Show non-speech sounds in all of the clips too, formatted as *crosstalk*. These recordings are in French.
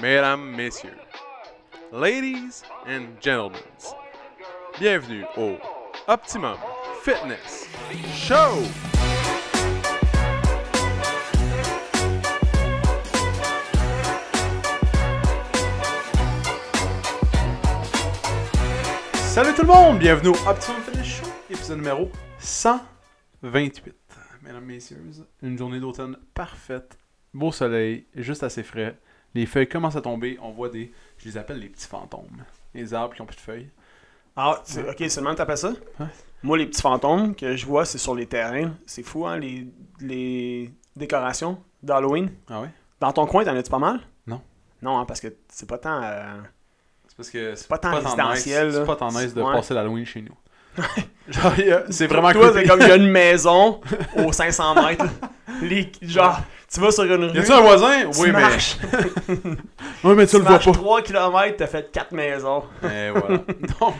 mesdames, messieurs, ladies and gentlemen, bienvenue au Optimum Fitness Show! Salut tout le monde, bienvenue au Optimum Fitness Show, épisode numéro 128. Mesdames, messieurs, une journée d'automne parfaite, beau soleil, juste assez frais, les feuilles commencent à tomber, on voit des, je les appelle les petits fantômes, les arbres qui ont plus de feuilles. Ah, c'est- ok, c'est le même que t'appelles ça? Ouais. Moi, les petits fantômes que je vois, c'est sur les terrains. C'est fou, hein, les, les décorations d'Halloween. Ah ouais? Dans ton coin, t'en as-tu pas mal? Non. Non, hein, parce que c'est pas tant. euh, C'est parce que c'est Pas tant tendance- résidentiel, C'est là. pas tendance de Ouais. passer l'Halloween chez nous. *laughs* Genre, il y a- c'est vraiment Toi, cool. c'est *laughs* comme il y a une *laughs* maison aux 500 mètres. Les, genre, tu vas sur une rue. Y a-tu un voisin? tu oui, mais... marches, oui, mais tu, le vois marches pas. 3 km, t'as fait 4 maisons. Mais *laughs* Eh, voilà. Donc,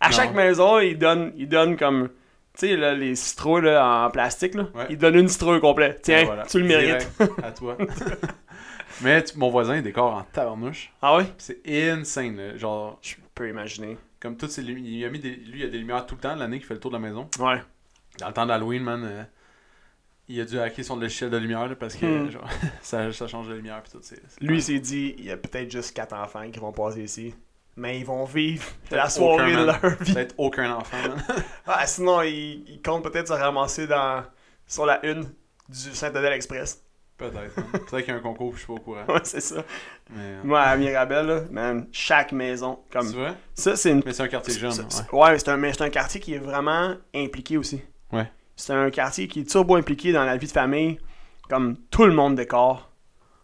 À Non. chaque maison, ils donnent, ils donnent comme. Tu sais, là, les citrons là, en plastique, là, Ouais. ils donnent une citrouille au complet. Tiens, Et eh, voilà. tu le mérites. Direct à *laughs* toi. mais tu- mon voisin il décore en tabarnouche. Ah oui? C'est insane. là. Genre, Je peux imaginer. comme toutes ces lumières. Il a mis des... Lui, il a des lumières tout le temps de l'année qui fait le tour de la maison. Ouais. Dans le temps d'Halloween, man, euh, il a dû hacker son logiciel de lumière là, parce que Hmm. genre, *laughs* ça, ça change de lumière. Puis tout, c'est- c'est- Lui, il s'est dit, il y a peut-être juste quatre enfants qui vont passer ici. Mais ils vont *laughs* vivre la Peut-être soirée aucun, de man. leur vie. Peut-être aucun enfant, man. *laughs* Ah, sinon, ils, ils comptent peut-être se ramasser dans, sur la une du Saint-Adèle Express. Peut-être. man. Peut-être qu'il y a un concours, puis je suis pas au courant. Ouais, c'est ça. Mais, euh, Moi, à Mirabel, là, man, chaque maison, Tu comme... vois? Ça, c'est une Mais c'est un quartier jeune. C'est- ouais. c'est- Ouais, mais c'est un, mais c'est un quartier qui est vraiment impliqué aussi. Ouais. C'est un quartier qui est turbo impliqué dans la vie de famille, comme tout le monde décore.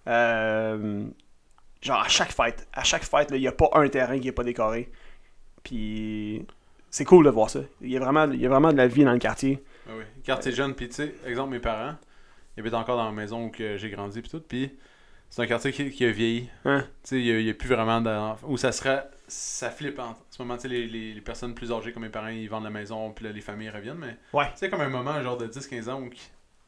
Euh, genre, à chaque fête, à chaque fête, là, il n'y a pas un terrain qui n'est pas décoré. Puis, c'est cool de voir ça. Il y, a vraiment, il y a vraiment de la vie dans le quartier. Ben oui. Quartier jeune, puis tu sais, exemple, mes parents, ils habitent encore dans la maison où que j'ai grandi, puis tout, puis c'est un quartier qui, qui a vieilli. Hein? Tu sais, il y a- il y a, plus vraiment d'enfants. Où ça serait. Ça flippe en ce moment, tu sais, les, les, les personnes plus âgées comme mes parents, ils vendent la maison, puis là, les familles reviennent, mais. Ouais. Tu sais, comme un moment, genre de 10-15 ans, où qu-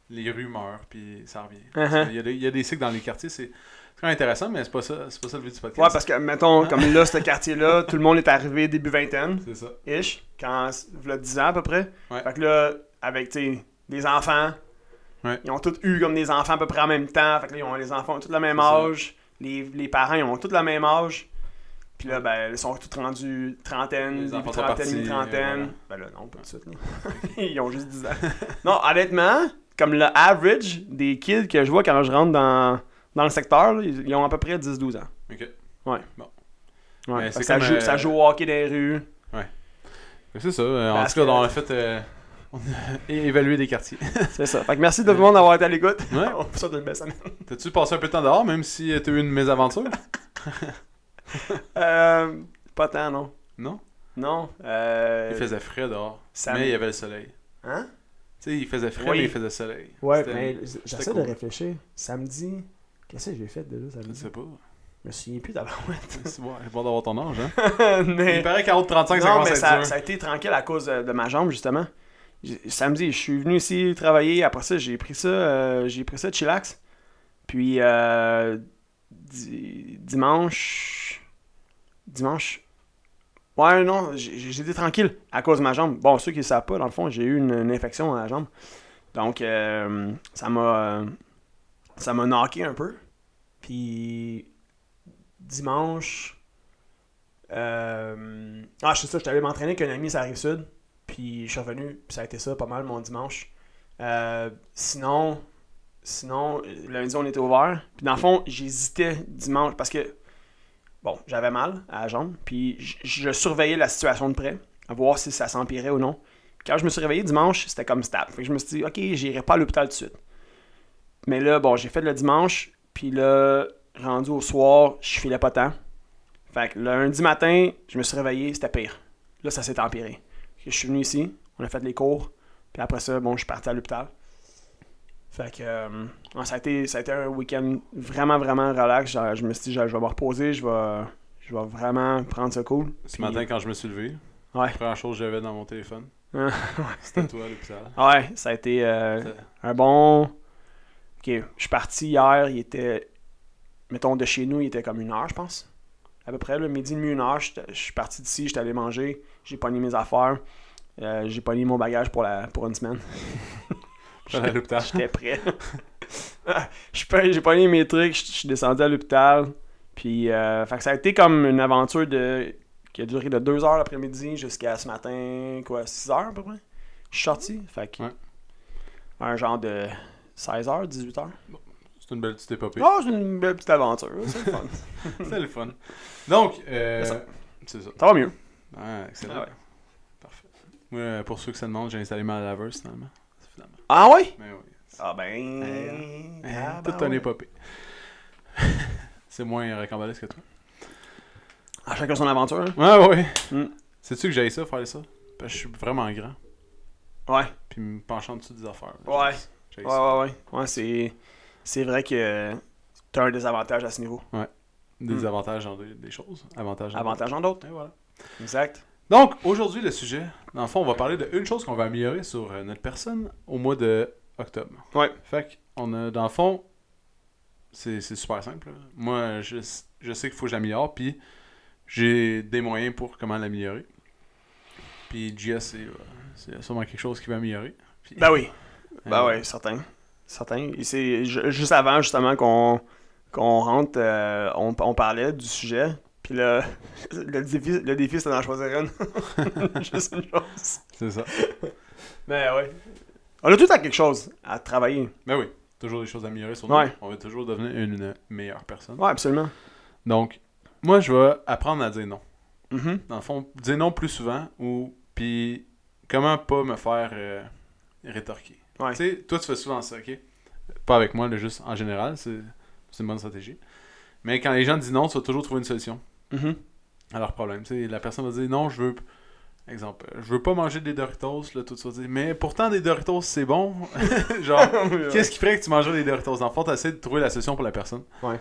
les rues meurent, puis ça revient. Uh-huh. Parce qu'il y a des- Il y, a des cycles dans les quartiers, c'est. C'est quand même intéressant, mais c'est pas ça, c'est pas ça le but du podcast. Ouais, parce que, mettons, comme là, ce quartier-là, tout le monde est arrivé début vingtaine. C'est ça. ish, quand v'là 10 ans à peu près. Ouais. Fait que là, avec tu sais, des enfants, Ouais. ils ont tous eu comme des enfants à peu près en même temps. Fait que là, ils ont, les enfants ont tous le même C'est ça. âge, les, les parents ils ont tous le même âge. Puis là, ben, ils sont tous rendus trentaine, Les début enfants sont trentaine, partis, mi-trentaine. euh, Ben là, non, pas tout de *laughs* suite. non. *laughs* ils ont juste 10 ans. non, honnêtement, comme le average des kids que je vois quand je rentre dans, dans le secteur, là, ils ils ont à peu près 10-12 ans. Ok. Ouais. Bon. Ouais, Mais fait c'est que ça, comme, joue, euh, ça joue au hockey dans les rues. C'est ça. euh, en Parce tout cas, que- on a fait. euh, on a *laughs* évalué des quartiers. C'est ça. Fait que merci tout le monde d'avoir été à l'écoute. Ouais. *laughs* On vous souhaite une belle semaine. T'as-tu passé un peu de temps dehors, même si euh, t'as eu une mésaventure? Euh, pas tant, *laughs* non. Non? Non. Euh... Il faisait frais dehors, ça mais me- il y avait le soleil. Hein? Tu sais, il faisait frais, Oui. mais il faisait soleil. Ouais, C'était- mais j'essaie cool. de réfléchir. Samedi, qu'est-ce que j'ai fait déjà Je samedi? sais pas. Je me souviens plus d'avant. C'est bon, c'est bon d'avoir ton âge, hein? *laughs* Il mais... paraît qu'à haute 35, ça non, commence mais à ça, être ça dur. a été tranquille à cause de, de ma jambe, justement. J- Samedi, je suis venu ici travailler. Après ça, j'ai pris ça, euh, j'ai pris ça chillax. Puis, euh, di- dimanche... Dimanche... Ouais, non, j'ai- j'ai- j'étais tranquille à cause de ma jambe. Bon, ceux qui ne savent pas, dans le fond, j'ai eu une, une infection à la jambe. Donc, euh, ça m'a... euh, ça m'a knocké un peu. Puis dimanche. euh, Ah, c'est ça, j'étais allé m'entraîner avec un ami ça arrive sud. Puis je suis revenu, puis ça a été ça pas mal mon dimanche. Euh, sinon, sinon, euh, lundi on était ouvert. Puis dans le fond, j'hésitais dimanche parce que, bon, j'avais mal à la jambe. Puis j- je surveillais la situation de près, à voir si ça s'empirait ou non. Puis quand je me suis réveillé dimanche, c'était comme stable. Fait que je me suis dit, ok, j'irai pas à l'hôpital tout de suite. Mais là, bon, j'ai fait le dimanche, puis là, rendu au soir, je filais pas tant. Fait que lundi matin, je me suis réveillé, c'était pire. Là, ça s'est empiré. Je suis venu ici, on a fait les cours, puis après ça, bon, je suis parti à l'hôpital. Fait que euh, ouais, ça, a été, ça a été un week-end vraiment, vraiment relax. Je, je me suis dit, je, je vais me reposer, je vais, je vais vraiment prendre ça cool. Ce Puis- matin, quand je me suis levé, Ouais. la première chose que j'avais dans mon téléphone, *laughs* Ouais. c'était toi *laughs* à l'hôpital. Ouais, ça a été euh, C'était- un bon. Ok, je suis parti hier, il était mettons, de chez nous, il était comme une heure, je pense. À peu près, le midi, demi, une heure, j'étais- je suis parti d'ici, j'étais allé manger, j'ai pogné mes affaires, euh, j'ai pogné mon bagage pour, la, pour une semaine. J'étais à l'hôpital. *laughs* J'étais prêt. Ah, Je suis pas- j'ai pogné mes trucs, je je suis descendu à l'hôpital. Puis, euh, fait que ça a été comme une aventure de, qui a duré de 2 heures l'après-midi jusqu'à ce matin, quoi, 6 heures à peu près. Je suis sorti, fait que Ouais. un genre de 16 heures, 18 heures. C'est une belle petite épopée. Oh, c'est une belle petite aventure, c'est le fun. *laughs* C'est le fun. Donc, euh, Oh! C'est ça. c'est ça. ça va mieux. Ah, excellent. Ah ouais. Parfait. Moi, euh, pour ceux que ça demande, j'ai installé ma laveuse finalement. Finalement. Ah ouais? Mais oui. Ah ben. Eh, ah Toute ben ton ouais. épopée. *laughs* c'est moins racambolesque que toi. À chacun son aventure. hein? Ouais, ouais. Mm. Sais-tu que j'aille ça, faire ça? Parce que je suis vraiment grand. Ouais. Puis me penchant dessus des affaires. Ouais. J'haïs Ouais, ça. ouais, ouais. Ouais, c'est. C'est vrai que t'as un désavantage à ce niveau. Des Mm. avantages en des, des choses. Avantages en Avantage en d'autres. Et voilà. Exact. Donc, aujourd'hui, le sujet, dans le fond, on va parler d'une chose qu'on va améliorer sur euh, notre personne au mois de octobre. Ouais. Fait qu'on a, dans le fond, c'est c'est super simple. là. Moi, je, je sais qu'il faut que j'améliore, puis j'ai des moyens pour comment l'améliorer. Puis JS, c'est, euh, c'est sûrement quelque chose qui va améliorer. Puis- Ben oui. Euh, Ben ouais, certain. Certain. Et c'est ju- juste avant, justement, qu'on qu'on rentre, euh, on, on parlait du sujet. Puis là, *laughs* le défi, le défi c'était d'en choisir une. juste une *laughs* chose. C'est ça. Ben ouais. On a tout à quelque chose à travailler. Ben oui, toujours des choses à améliorer sur nous. Ouais. On veut toujours devenir une meilleure personne. Ouais, absolument. Donc, moi, je vais apprendre à dire non. Mhm. dans le fond, dire non plus souvent ou puis comment pas me faire euh, rétorquer. Ouais. Tu sais, toi tu fais souvent ça, OK Pas avec moi, là, juste en général, c'est c'est une bonne stratégie. Mais quand les gens disent non, tu vas toujours trouver une solution Mhm. à leur problème. Tu sais, la personne va dire non, je veux exemple, euh, je veux pas manger des Doritos, là tout ça dire mais pourtant des Doritos c'est bon. *laughs* Genre Mm-hmm. Qu'est-ce qui ferait que tu mangerais des Doritos? Dans le fond, t'essaies de trouver la solution pour la personne. Ouais.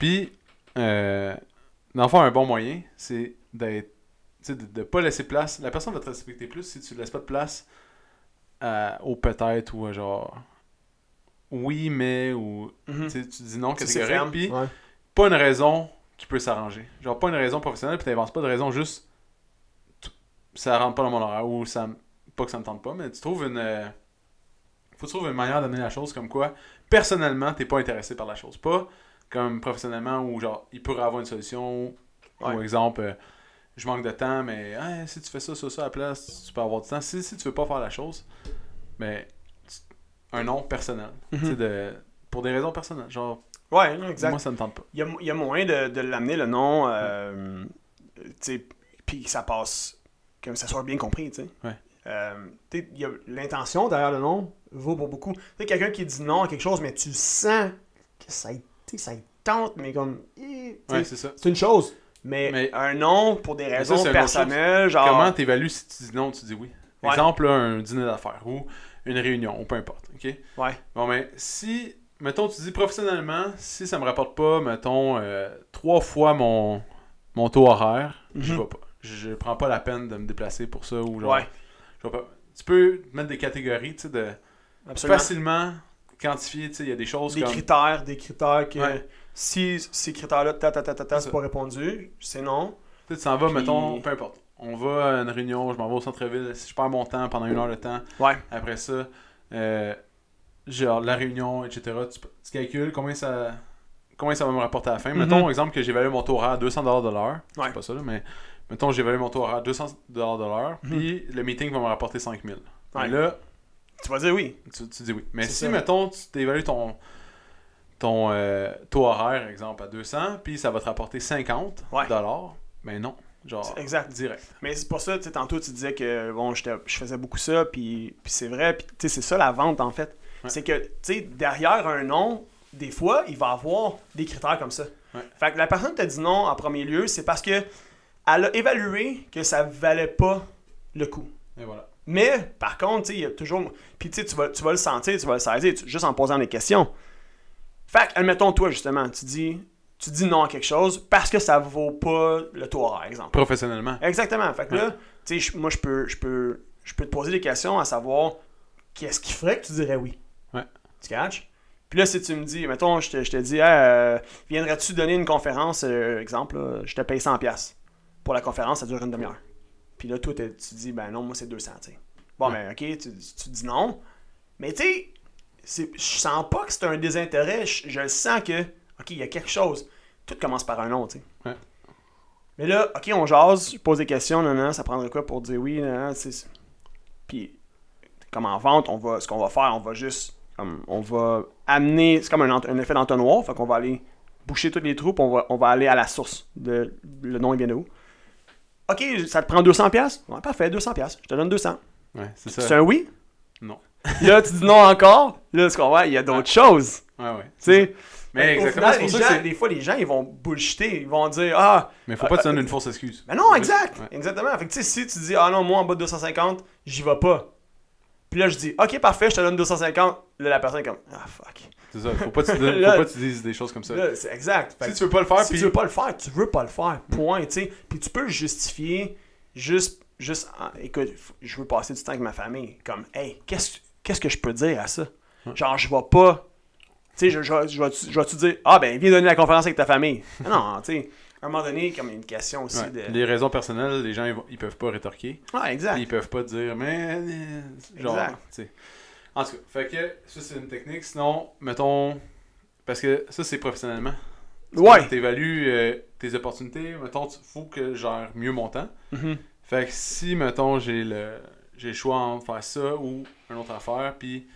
Puis, euh, dans le fond, un bon moyen, c'est d'être. tu sais, de ne pas laisser place. La personne va te respecter plus si tu ne laisses pas de place à- au peut-être ou à genre. Oui, mais. ou Mhm. Tu sais, tu dis non Tu sais, catégorique. ferme. Puis, Ouais. pas une raison qui peut s'arranger. Genre, pas une raison professionnelle, puis t'inventes pas de raison juste. tu- Ça rentre pas dans mon horaire, ou ça. m- Pas que ça me tente pas, mais tu trouves une. euh, Faut trouver une manière d'amener la chose comme quoi, personnellement, t'es pas intéressé par la chose. Pas comme professionnellement où, genre, il pourrait avoir une solution. Ouais. Ou exemple, euh, je manque de temps, mais Hey, si tu fais ça, ça, ça à la place, tu peux avoir du temps. Si, si tu veux pas faire la chose, mais un nom personnel. Mhm. Tu sais, de, pour des raisons personnelles. Genre, Ouais, exact. moi, ça me tente pas. Il y a, il y a moyen de, de l'amener le nom, euh, tu sais, puis que ça passe, que ça soit bien compris, tu sais. Ouais. Euh, tu sais, il y a- L'intention derrière le nom vaut pour beaucoup. Tu sais, quelqu'un qui dit non à quelque chose, mais tu sens que ça, y- tu sais, ça y tente, mais comme. eh, tu sais, Ouais, c'est ça. c'est une chose. Mais, Mais- un nom pour des raisons c'est une autre chose. personnelles, genre. Comment t'évalues si tu dis non, tu dis oui? Ah. Ouais. Exemple, là, un dîner d'affaires ou une réunion, ou peu importe, ok? Ouais. Bon, mais si, mettons, tu dis professionnellement, si ça me rapporte pas, mettons, euh, trois fois mon, mon taux horaire, je Mhm. vais pas. Je, je prends pas la peine de me déplacer pour ça ou genre... Ouais. je vais pas- Tu peux mettre des catégories, tu sais, de... Absolument. Facilement quantifier, tu sais, il y a des choses Des comme... critères, des critères que Ouais. si ces critères-là, ta ta ta ta, ta C'est c'est pas répondu, c'est non. Tu sais, tu s'en vas, Puis- mettons, peu importe. On va à une réunion, je m'en vais au centre-ville. Si je perds mon temps pendant Oh. une heure de temps, Ouais. après ça, euh, genre la réunion, etc., tu, tu calcules combien ça, combien ça va me rapporter à la fin. Mhm. Mettons, exemple, que j'évalue mon taux horaire à 200$ de l'heure. Ouais. C'est pas ça, là, mais mettons, j'évalue mon taux horaire à 200$ de l'heure, Mhm. puis le meeting va me rapporter 5000$. Ouais. Et là, Tu vas dire oui. tu, tu dis oui. Mais C'est si, ça. mettons, tu t'évalues ton, ton euh, taux horaire, exemple, à 200, puis ça va te rapporter 50$, Ouais. mais non. Genre, Exact. direct. Mais c'est pour ça, tu sais, tantôt tu disais que bon, j'étais- je faisais beaucoup ça, puis, puis c'est vrai, puis tu sais, c'est ça la vente en fait. Ouais. C'est que, tu sais, derrière un nom, des fois, il va avoir des critères comme ça. Ouais. Fait que la personne t'a dit non en premier lieu, c'est parce que elle a évalué que ça valait pas le coup. Et voilà. Mais, par contre, tu sais, il y a toujours. Puis, tu sais, tu vas, tu vas le sentir, tu vas le saisir, tu- juste en posant des questions. Fait que, admettons, toi, justement, tu dis, tu dis non à quelque chose parce que ça vaut pas le taux horaire, exemple. Professionnellement. Exactement. Fait que Ouais. là, tu sais, je- moi, je peux, je peux, je peux te poser des questions à savoir qu'est-ce qui ferait que tu dirais oui. Ouais. Tu catches? Puis là, si tu me dis, mettons, je te, je te dis, Hey, euh, viendrais-tu donner une conférence, euh, exemple, là, je te paye 100$. Pour la conférence, ça dure une demi-heure. Puis là, toi, t'es- tu dis, ben non, moi, c'est 200$. tu sais. Bon, ben, ok, tu, tu dis non. Mais tu sais, c'est- je sens pas que c'est un désintérêt. Je, je sens que, ok, il y a quelque chose. Tout commence par un non, tu sais. Ouais. Mais là, ok, on jase, je pose des questions, non, non, ça prendrait quoi pour dire oui, non, non, tu sais. Puis comme en vente, on va, ce qu'on va faire, on va juste, comme, on va amener, c'est comme un, ent- un effet d'entonnoir, fait qu'on va aller boucher toutes les trous, puis on va, on va aller à la source de le nom, il vient de où. Ok, ça te prend 200$? piastres? Ouais, parfait, 200$. piastres. Je te donne 200$. Ouais, c'est C'est ça. un oui? Non. *laughs* Là, tu dis non encore. Là, ce qu'on voit, il y a d'autres choses. Ouais, ouais. Tu sais, Ben, Mais Au exactement, final, c'est pour ça les que gens- c'est. Des fois, les gens, ils vont bullshiter. Ils vont dire Ah, Mais faut pas te donner une fausse excuse. ben non, Ouais. exact. Ouais. Exactement. Fait que tu sais, si tu dis Ah non, moi en bas de 250, j'y vais pas. Puis là, je dis Ok, parfait, je te donne 250. Là, la personne est comme Ah fuck. C'est ça. Faut pas *laughs* que tu donnes- Là- faut pas que tu dises des choses comme ça. Là, c'est exact. Fait Si que tu veux pas le faire, si puis. Hmm. tu veux pas le faire, tu veux pas le faire. Point, tu sais. Puis tu peux le justifier juste, juste en- écoute, f- je veux passer du temps avec ma famille. Comme, hey, qu'est-ce qu'est-ce que je peux dire à ça? Genre, je vais pas. Tu sais, je, je, vais- je, vais-tu- je vais-tu dire, ah ben, viens donner la conférence avec ta famille. Ah non, tu sais, à un moment donné, comme une question aussi Ouais. de. Les raisons personnelles, les gens, ils, vont- ils peuvent pas rétorquer. Ouais, exact. Ils peuvent pas dire, mais. euh, Genre, Exact. tu sais. En tout cas, fait que ça, c'est une technique. Sinon, mettons. Parce que ça, c'est professionnellement. Ouais. T'évalues euh, tes opportunités. Mettons, il faut que je gère mieux mon temps. Mhm. Fait que si, mettons, j'ai le, j'ai le choix entre faire ça ou une autre affaire, puis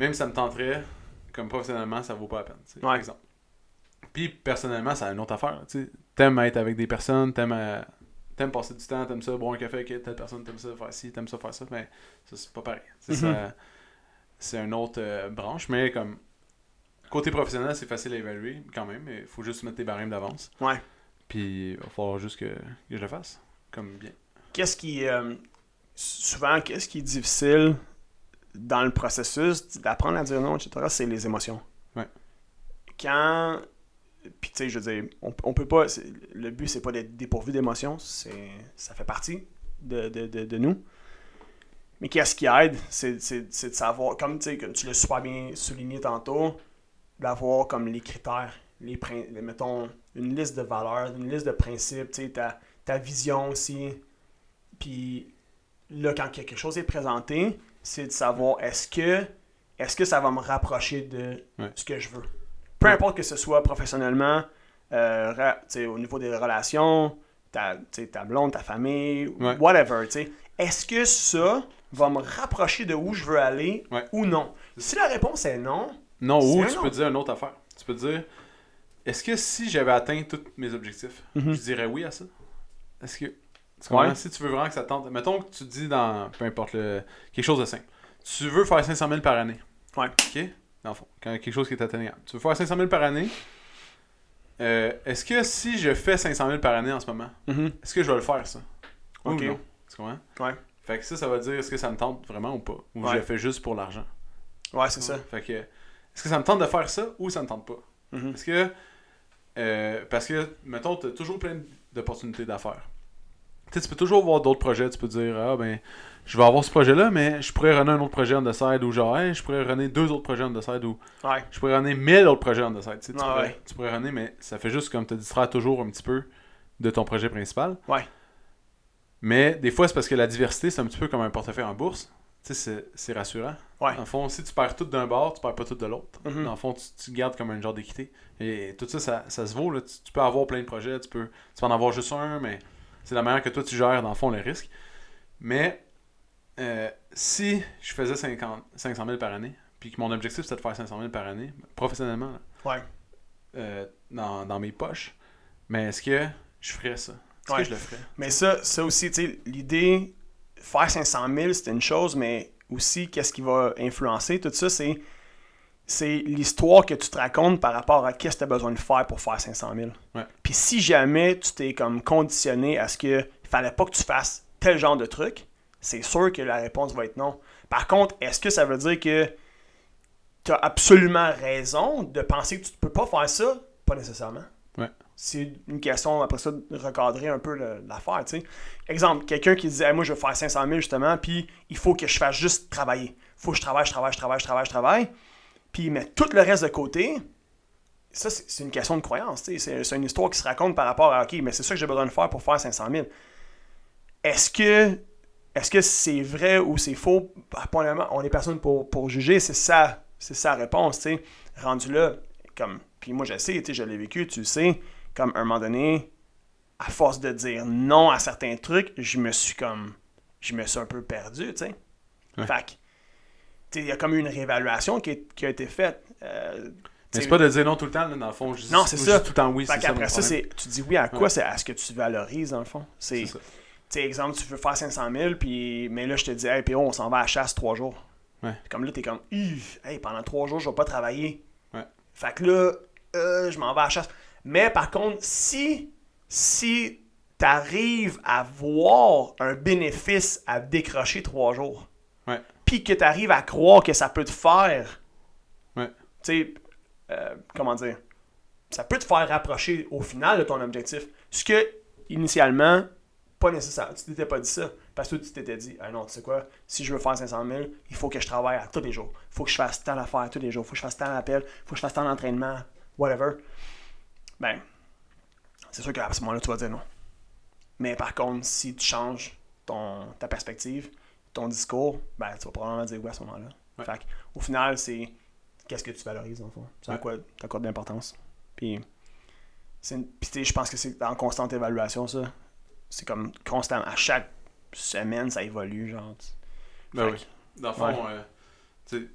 même si ça me tenterait, comme professionnellement, ça vaut pas la peine, tu sais, par Ouais. exemple. Puis personnellement, c'est une autre affaire, tu sais. T'aimes être avec des personnes, t'aimes, euh, t'aimes passer du temps, t'aimes ça, boire un café avec telle personne, t'aimes ça, faire ci, t'aimes ça, faire ça, mais ça, c'est pas pareil. Tu sais, Mhm. ça- c'est une autre euh, branche, mais comme côté professionnel, c'est facile à évaluer quand même, mais faut juste mettre tes barèmes d'avance. Ouais. Puis il va falloir juste que, que je le fasse, comme bien. Qu'est-ce qui. euh, souvent, qu'est-ce qui est difficile dans le processus d'apprendre à dire non, etc., c'est les émotions. Ouais. Quand. Puis, tu sais, je veux dire, on, on peut pas. c'est- Le but, c'est pas d'être dépourvu d'émotions, c'est ça fait partie de, de- de- de nous. Mais qu'est-ce qui aide C'est c'est- c'est de savoir, comme tu sais, comme tu l'as super bien souligné tantôt, d'avoir comme les critères, les, prin- les- mettons, une liste de valeurs, une liste de principes, tu sais, ta, ta vision aussi. Puis là, quand quelque chose est présenté, c'est de savoir est-ce que est-ce que ça va me rapprocher de Ouais. ce que je veux. Peu Ouais. importe que ce soit professionnellement, euh, ra- tu sais, au niveau des relations, ta, tu sais, ta blonde, ta famille, Ouais. whatever, tu sais. Est-ce que ça va me rapprocher de où je veux aller Ouais. ou non? Si la réponse est non, Non, C'est ou un tu peux autre. dire une autre affaire. Tu peux dire est-ce que si j'avais atteint tous mes objectifs, Mhm. je dirais oui à ça Est-ce que. Tu comprends? Ouais. Si tu veux vraiment que ça tente. Mettons que tu dis dans. Peu importe le. Quelque chose de simple. Tu veux faire 500 000 par année. Ouais. OK Dans le fond. Quand quelque chose qui est atteignable. Tu veux faire 500 000 par année. Euh, est-ce que si je fais 500 000 par année en ce moment, est-ce que je vais le faire ça Ou mm-hmm. Ok. non? Tu comprends Ouais. Fait que ça, ça va dire est-ce que ça me tente vraiment ou pas Ou Ouais. je le fais juste pour l'argent ouais, c'est ça. Fait que, est-ce que ça me tente de faire ça ou ça me tente pas? Mhm. Est-ce que, euh, parce que, mettons, t'as toujours plein d'opportunités d'affaires. Tu sais, tu peux toujours avoir d'autres projets. Tu peux dire, ah ben, je vais avoir ce projet-là, mais je pourrais runner un autre projet en the side ou genre, hey, je pourrais runner deux autres projets en the side ou Ouais. je pourrais runner mille autres projets en the side. Tu, sais, tu Ah pourrais, ouais. tu pourrais runner, mais ça fait juste comme te distraire toujours un petit peu de ton projet principal. Ouais. Mais des fois, c'est parce que la diversité, c'est un petit peu comme un portefeuille en bourse. Tu sais, c'est- c'est rassurant. Ouais. Dans le fond, si tu perds tout d'un bord, tu perds pas tout de l'autre. Mhm. Dans le fond, tu, tu gardes comme un genre d'équité. Et tout ça, ça, ça se vaut. là. Tu, tu peux avoir plein de projets, tu peux, tu peux en avoir juste un, mais c'est la manière que toi, tu gères, dans le fond, le risque. Mais euh, si je faisais 50 500 000 par année, puis que mon objectif, c'était de faire 500 000 par année, professionnellement, là, Ouais. euh, dans, dans mes poches, mais est-ce que je ferais ça? Est-ce Ouais. que je le ferais? Mais ça, ça aussi, tu sais, l'idée, faire 500 000, c'est une chose, mais aussi, qu'est-ce qui va influencer tout ça, c'est c'est l'histoire que tu te racontes par rapport à qu'est-ce que tu as besoin de faire pour faire 500 000. Ouais. Puis si jamais tu t'es comme conditionné à ce que fallait pas que tu fasses tel genre de truc, c'est sûr que la réponse va être non. Par contre, est-ce que ça veut dire que tu as absolument raison de penser que tu ne peux pas faire ça? Pas nécessairement c'est une question après ça de recadrer un peu le- l'affaire, tu sais. Exemple, quelqu'un qui disait Hey, moi je veux faire 500 000 justement, puis il faut que je fasse juste travailler. Faut que je travaille, je travaille, je travaille, je travaille, je travaille. puis il met tout le reste de côté, ça, c'est c'est une question de croyance. tu sais. C'est c'est une histoire qui se raconte par rapport à OK, mais c'est ça que j'ai besoin de faire pour faire 500 000. Est-ce que est-ce que c'est vrai ou c'est faux Bah, Pour le moment, on est personne pour, pour juger. C'est ça, c'est sa réponse. tu sais. Rendu là, comme. Puis moi, je sais, tu sais, je l'ai vécu, tu le sais, comme à un moment donné, à force de dire non à certains trucs, je me suis comme. Je me suis un peu perdu, tu sais. Ouais. Fait que, tu sais, il y a comme eu une réévaluation qui, est- qui a été faite. euh, Mais tu c'est sais, pas de dire non tout le temps, là, dans le fond. Je dis, Non, c'est je ça. dis tout le temps oui, fait c'est ça. qu'après mon ça, problème. c'est- tu dis oui à quoi C'est à ce que tu valorises, dans le fond. C'est, C'est tu ça. sais, exemple, tu veux faire 500 000, puis, mais là, je te dis, hey, PO, on s'en va à la chasse trois jours. Ouais. Comme là, t'es comme, Ih, hey, pendant trois jours, je vais pas travailler. Ouais. Fait que là, euh, je m'en vais à la chasse. Mais par contre, si, si t'arrives à voir un bénéfice à décrocher trois jours, Ouais. puis que t'arrives à croire que ça peut te faire, Ouais. tu sais, euh, comment dire, ça peut te faire rapprocher au final de ton objectif. Ce que, initialement, pas nécessaire. Tu t'étais pas dit ça. Parce que tu t'étais dit, ah non, tu sais quoi, si je veux faire 500 000, il faut que je travaille à tous les jours. Il faut que je fasse tant d'affaires tous les jours. Il faut que je fasse tant d'appels. Il faut que je fasse tant d'entraînement. Whatever. Ben, c'est sûr qu'à ce moment-là, tu vas dire non. Mais par contre, si tu changes ton, ta perspective, ton discours, ben, tu vas probablement dire oui à ce moment-là. Ouais. Fait que, au final, c'est qu'est-ce que tu valorises, en fond. C'est à Ouais. quoi tu accordes de l'importance. Puis, c'est une- puis, tu sais, je pense que c'est en constante évaluation, ça. C'est comme constant. À chaque semaine, ça évolue, genre. tu- Ben Fait oui. Dans le fond, euh, tu sais,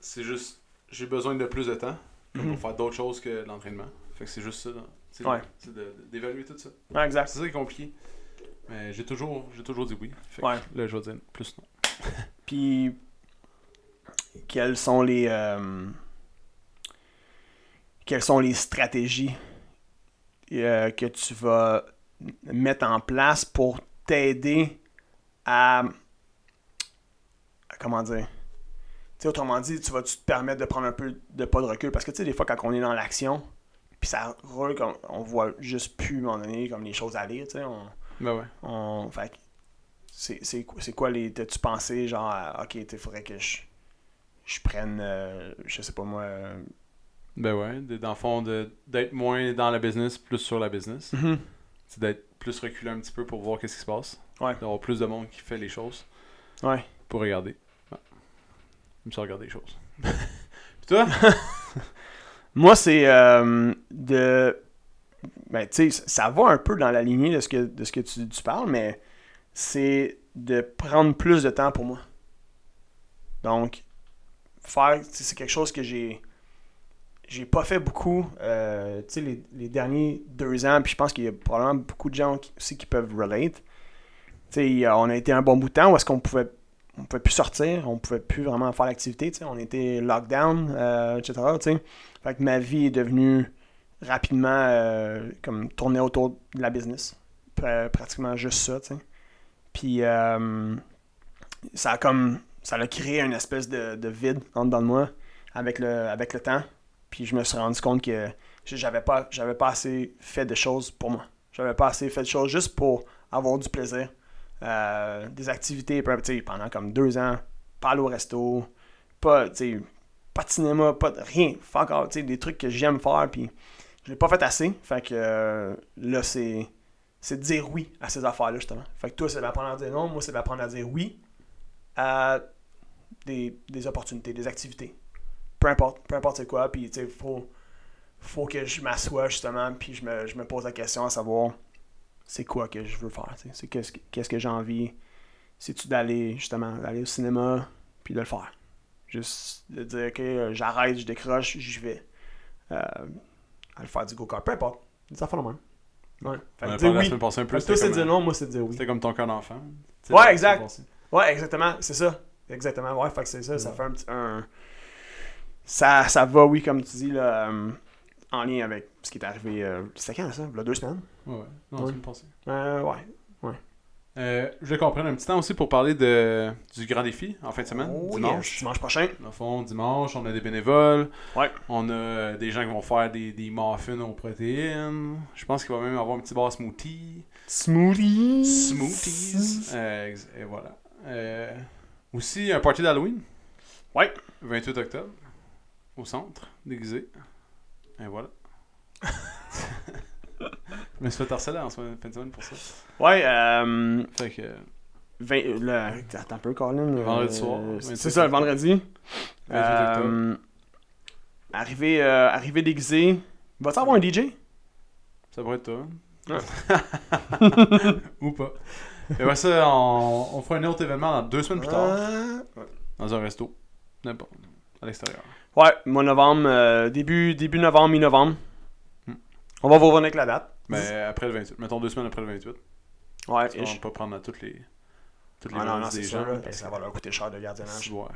c'est juste, j'ai besoin de plus de temps comme Mhm. pour faire d'autres choses que l'entraînement. Fait que c'est juste ça. là. Tu sais, Ouais. c'est de- de- d'évaluer tout ça. Ouais, exact. C'est ça qui est compliqué. Mais j'ai toujours, j'ai toujours dit oui. Fait que Ouais. là, je vais dire plus non. Puis, quelles sont les. euh, quelles sont les stratégies euh, que tu vas mettre en place pour t'aider à, à Comment dire Tu sais, autrement dit, tu vas-tu te permettre de prendre un peu de pas de recul Parce que, tu sais, des fois, quand on est dans l'action, puis ça roule, comme, on voit juste plus, à un moment donné, comme les choses aller, tu sais. on- Ben ouais. on... Fait que c'est, c'est, quoi- c'est quoi les. T'as-tu pensé, genre, à- ok, il faudrait que je, je prenne, euh, je sais pas moi. euh, Ben ouais. de- dans le fond, de- d'être moins dans la business, plus sur la business. C'est d'être plus reculé un petit peu pour voir qu'est-ce qui se passe. Ouais. D'avoir plus de monde qui fait les choses Ouais. pour regarder. Ah. J'aime ça regarder les choses. *laughs* Puis toi Ben, Moi, c'est euh, de. Ben, tu sais, ça va un peu dans la lignée de ce que, de ce que tu, tu parles, mais c'est de prendre plus de temps pour moi. Donc, faire. tu sais, C'est quelque chose que j'ai. J'ai pas fait beaucoup, euh, tu sais, les, les derniers deux ans, puis je pense qu'il y a probablement beaucoup de gens qui- aussi qui peuvent relate. Tu sais, il y a- on a été un bon bout de temps où est-ce qu'on pouvait on pouvait plus sortir, on pouvait plus vraiment faire l'activité, tu sais, on était lockdown, euh, etc. tu sais. Fait que ma vie est devenue rapidement euh, comme tournée autour de la business. Pr- pratiquement juste ça, tu sais. Puis euh, ça a comme ça a créé une espèce de, de vide en dedans de moi avec le avec le temps. Puis je me suis rendu compte que j- j'avais pas j'avais pas assez fait de choses pour moi. J'avais pas assez fait de choses juste pour avoir du plaisir. Euh, des activités peu- tu sais, pendant comme deux ans, pas aller au resto, pas, tu sais, pas de cinéma, pas de rien. Fuck all, tu sais, des trucs que j'aime faire, puis je l'ai pas fait assez. Fait que euh, là, c'est c'est de dire oui à ces affaires-là, justement. Fait que toi, c'est d'apprendre à dire non, moi, c'est d'apprendre à dire oui à des, des opportunités, des activités. Peu importe, peu importe c'est quoi, puis tu sais, faut, faut que je m'assoie, justement, puis je me, je me pose la question à savoir c'est quoi que je veux faire, tu sais, c'est qu'est-ce que- qu'est-ce que j'ai envie, c'est-tu d'aller, justement, d'aller au cinéma, puis de le faire. Juste de dire, ok, euh, j'arrête, je décroche, j'y vais. Euh, aller faire du go-kart, peu importe. Des affaires de même. Ouais. Fait On que dire a parlé la oui. semaine passée un peu. Fait que toi, c'était c'est dire comme, euh, non, moi, c'est de dire oui. C'était comme ton cœur d'enfant. Tu sais, Ouais, la- la exact. semaine passée. Ouais, exactement, c'est ça. Exactement, ouais, fait que c'est ça, ça fait un petit. un- Ça, ça va, oui, comme tu dis, là, euh, en lien avec ce qui est arrivé. euh, C'était quand ça Il y a deux semaines Ouais, ouais. Non, Ouais. c'est une pensée. Euh, Ouais. Euh, je vais qu'on prenne un petit temps aussi pour parler de, du grand défi en fin de semaine, Oh, dimanche. yes, Dimanche prochain. Dans le fond, dimanche, on a des bénévoles. Ouais. On a euh, des gens qui vont faire des, des muffins aux protéines. Je pense qu'il va même avoir un petit bar smoothie. Smoothie. Smoothies. Euh, ex- et voilà. Euh, aussi, un party d'Halloween. Ouais. 28 octobre. au centre, déguisé. *laughs* Et voilà. je me suis fait harceler en semaine- fin de semaine pour ça. Ouais, euh, Fait que. vingt- euh, le- attends un peu, Colin. euh, Vendredi soir, c'est- 28 C'est ça, le octobre. vendredi. 28 Euh, arrivé, euh, arrivé déguisé. Va-tu avoir un DJ? Ça pourrait être toi. Ouais. *laughs* Ou pas. Et ouais, ça, on, on fera un autre événement dans deux semaines plus tard. Ouais. Dans un resto. N'importe. À l'extérieur. Ouais, mois de novembre, euh, début, début novembre, mi-novembre. Hmm. On va vous revenir avec la date. Mais après le 28. Mettons deux semaines après le 28. Ouais, Parce et qu'on je- va pas prendre à toutes les. Toutes les Ah non, vendredis non, c'est des ça, gens. là, parce ça va leur coûter cher de gardiennage. que- Ouais.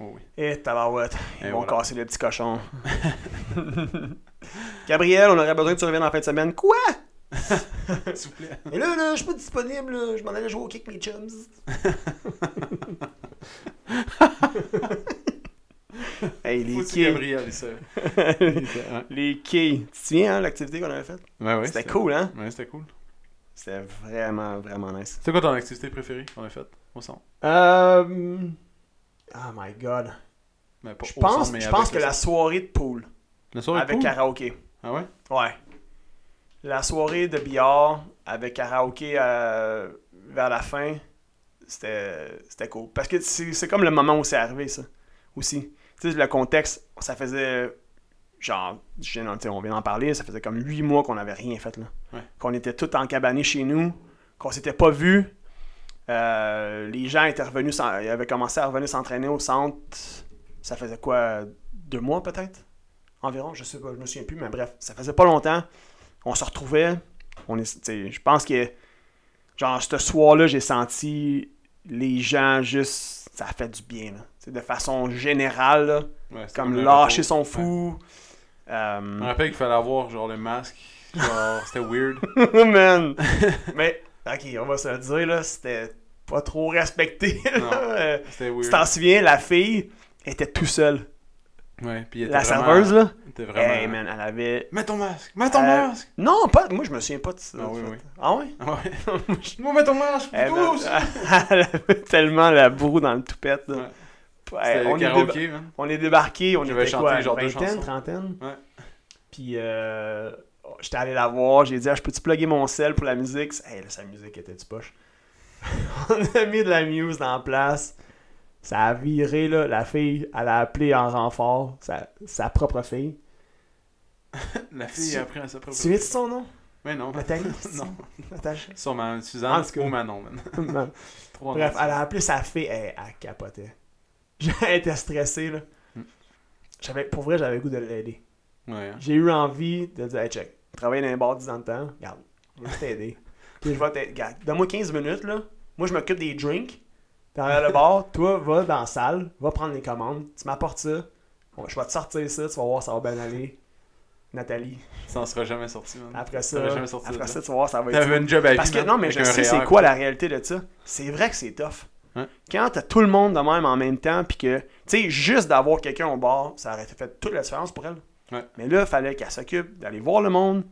Oh *laughs* oui. Et Eh, tabarouette, ils Et vont voilà. casser le *laughs* petit cochon. Gabriel, on aurait besoin que tu reviennes en fin de semaine. Quoi? S'il vous plaît. Mais là, là, je suis pas disponible, là. Je m'en allais jouer au kick mes chums. *laughs* Hey, les Faut-tu quilles. Gabriel, ça. *laughs* Ouais, *laughs* Les quilles. Tu te souviens, hein, l'activité qu'on avait faite? ouais, C'était cool, hein? Ouais, c'était cool. C'était vraiment, vraiment nice. C'est quoi ton activité préférée qu'on a faite au centre Euh... Oh my god. Mais pas Je au pense, centre, mais je avec pense que le la centre. soirée de poule La soirée avec cool? karaoké. Ah ouais Ouais. La soirée de billard avec karaoké euh, vers la fin, c'était c'était cool. Parce que c'est c'est comme le moment où c'est arrivé, ça. Aussi. Tu sais, le contexte, ça faisait. Genre, je viens d'en- tu sais, on vient d'en parler, ça faisait comme huit mois qu'on n'avait rien fait, là. Ouais. Qu'on était tout en cabané chez nous, qu'on s'était pas vus. Euh, les gens étaient revenus, s'en- ils avaient commencé à revenir s'entraîner au centre. Ça faisait quoi Deux mois peut-être Environ, je sais pas, je me souviens plus, mais bref, ça faisait pas longtemps. On se retrouvait. On est, tu sais, je pense que, genre, ce soir-là, j'ai senti les gens juste. Ça a fait du bien, là. Tu sais, de façon générale, là, Ouais, c'était comme le lâcher son retour. fou. Je me Euh, *laughs* rappelle qu'il fallait avoir genre le masque. Genre, c'était weird. *laughs* man. Mais, ok, on va se le dire, là, c'était pas trop respecté. là. Non. Euh, *laughs* C'était Tu weird. t'en souviens, la fille était tout seule. Ouais, puis il était La vraiment- serveuse, là. il était vraiment. Hey, man, elle avait. Mets ton masque! Mets ton Euh, masque! Non, pas. Moi, je me souviens pas de ça. Ah en oui, fait. oui. Ah ouais? Ouais. *laughs* Moi, mets ton masque! Eh ben, tous! *laughs* elle avait tellement la boue dans le toupette. là. Ouais. Ouais, C'était on, le est déba- karaoké, man. on est débarqué, on J'avais était chanté quoi, genre deux vingtaine, chansons. trentaine? Ouais. Puis euh, j'étais allé la voir, j'ai dit ah, « Je peux-tu plugger mon sel pour la musique? » Hey, là, sa musique était du poche. *laughs* on a mis de la muse en place. Ça a viré, là. La fille, elle a appelé en renfort sa, sa propre fille. La fille Tu- a appris à sa propre. Tu sais son nom? Mais non. Nathalie? *laughs* *laughs* Non. Nathalie? Sûrement En Suzanne tout cas. ou Manon, man. Non. *laughs* Trois Bref, noms. elle a appelé sa fille, elle, elle capotait. *laughs* J'étais stressé, là. Mm. J'avais, pour vrai, j'avais le goût de l'aider. Ouais, hein. J'ai eu envie de dire, hey, check, travailler dans un bar 10 ans de temps, regarde, je vais *laughs* t'aider. Puis je vais t'aider. Regarde, donne-moi 15 minutes, là. Moi, je m'occupe des drinks. Derrière le bar, *laughs* toi, va dans la salle, va prendre les commandes, tu m'apportes ça. Bon, Je vais te sortir ça, tu vas voir, ça va bien aller. Nathalie, Ça en sera jamais sorti, man. après Ça ça, va jamais sortir de après là. ça, tu vas voir, ça va être. T'avais une job à vie. Parce que man, non, mais Ben, avec je un sais c'est REER, quoi la réalité de ça. C'est vrai que c'est tough. Ouais. Quand t'as tout le monde de même en même temps, puis que, tu sais, juste d'avoir quelqu'un au bar, ça aurait fait toute la différence pour elle. Ouais. Mais là, il fallait qu'elle s'occupe d'aller voir le monde.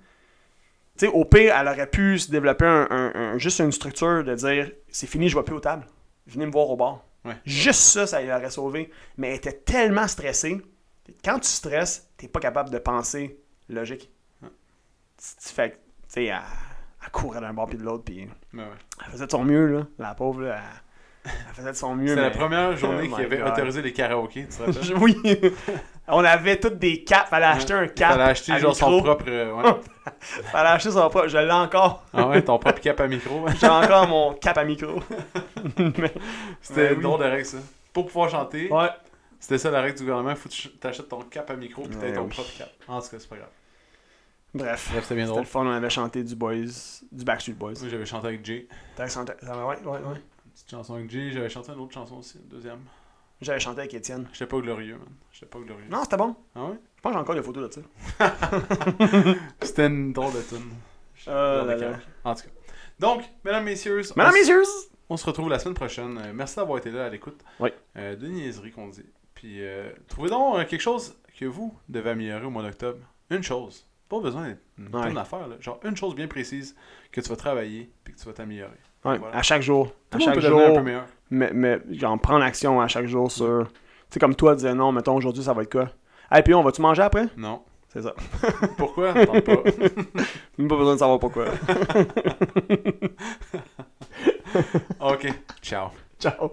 Tu sais, au pire, elle aurait pu se développer un, un- un- juste une structure de dire c'est fini, je vais plus aux tables. Venez me voir au bar. Ouais. Juste ça, ça l'aurait sauvé. Mais elle était tellement stressée. Quand tu stresses, t'es pas capable de penser logique. Ouais. Tu, tu fais, que, tu sais, elle, elle courait d'un bord puis de l'autre, puis Mais ouais. elle faisait de son mieux, là. La pauvre, là, elle, elle faisait de son mieux. C'était la mais- première Oh journée my qui avait God. autorisé les karaokés, *laughs* tu te rappelles? Oui. On avait toutes des capes. Fallait acheter un cap. T'allais à acheter genre son micro. propre. euh, *laughs* Ouais. Fallait acheter son propre. Je l'ai encore. Ah ouais, ton propre cap à micro. J'ai encore mon cap à micro. Mais- mais C'était une Ben oui. drôle de règle, ça. Pour pouvoir chanter, Ouais. c'était ça la règle du gouvernement. Faut que tu ch- t'achètes ton cap à micro puis Ouais, t'aies ton Ben oui. propre cap. En tout cas, c'est pas grave. Bref. Bref, c'était bien C'était le drôle. fun. On avait chanté du Boys. Du Backstreet Boys. Moi, j'avais chanté avec Jay. T'avais chanté- t'avais- Ouais, ouais, ouais. Une petite chanson avec Jay. J'avais chanté une autre chanson aussi, une deuxième. J'avais chanté avec Étienne. J'étais pas glorieux, man. J'étais pas glorieux. Non, c'était bon. Ah ouais? Je pense que j'ai encore des photos de ça. C'était une drôle de tune. Euh, Drôle de là, là. karaoké. En tout cas. Donc, mesdames, messieurs, on Madame, s- messieurs! on se retrouve la semaine prochaine. Euh, merci d'avoir été là à l'écoute. Oui. Euh, de niaiseries qu'on dit. Puis, euh, trouvez donc euh, quelque chose que vous devez améliorer au mois d'octobre. Une chose. Pas besoin d'une Ouais. tonne d'affaires, là. Genre, une chose bien précise que tu vas travailler puis que tu vas t'améliorer. Ouais, Voilà. à chaque jour. Tout À le monde chaque peut devenir un peu jour. meilleur. mais, mais genre prendre action à chaque jour sur. Tu sais, comme toi, disais non, mettons aujourd'hui, ça va être quoi Hey, puis on va-tu manger après? Non. *laughs* C'est ça. Pourquoi? Je *laughs* comprends pas. Même pas besoin de savoir pourquoi. OK. Ciao. Ciao.